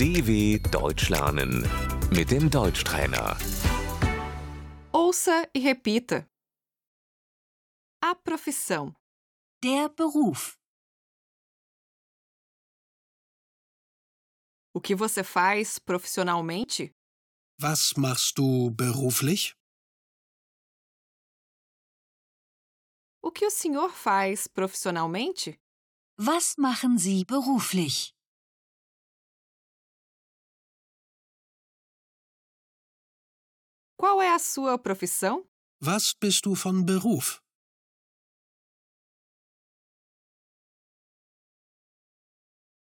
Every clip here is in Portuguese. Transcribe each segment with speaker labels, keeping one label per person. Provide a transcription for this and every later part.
Speaker 1: DW Deutsch lernen mit dem Deutschtrainer.
Speaker 2: Ouça e repita. A profissão.
Speaker 3: Der Beruf.
Speaker 2: O que você faz profissionalmente?
Speaker 4: Was machst du beruflich?
Speaker 2: O que o senhor faz profissionalmente?
Speaker 3: Was machen Sie beruflich?
Speaker 2: Qual é a sua profissão?
Speaker 4: Was bist du von Beruf?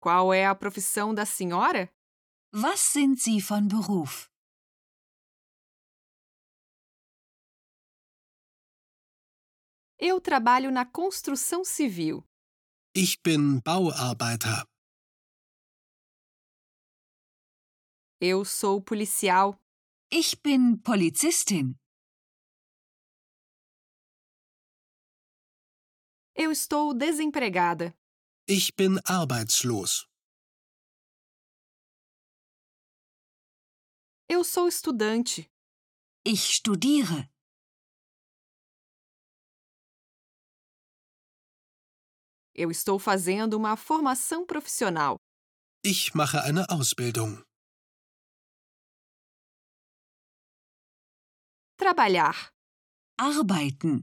Speaker 2: Qual é a profissão da senhora?
Speaker 3: Was sind Sie von Beruf?
Speaker 2: Eu trabalho na construção civil.
Speaker 4: Ich bin Bauarbeiter.
Speaker 2: Eu sou policial.
Speaker 3: Ich bin Polizistin.
Speaker 2: Eu estou desempregada.
Speaker 4: Ich bin arbeitslos.
Speaker 2: Eu sou estudante.
Speaker 3: Ich studiere.
Speaker 2: Eu estou fazendo uma formação profissional.
Speaker 4: Ich mache eine Ausbildung.
Speaker 2: Trabalhar.
Speaker 3: Arbeiten.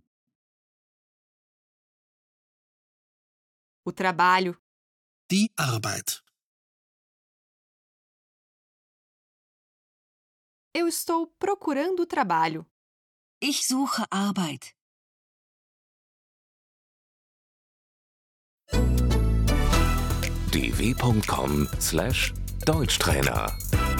Speaker 2: O trabalho.
Speaker 4: Die Arbeit.
Speaker 2: Eu estou procurando trabalho.
Speaker 3: Ich suche Arbeit.
Speaker 1: dw.com/deutschtrainer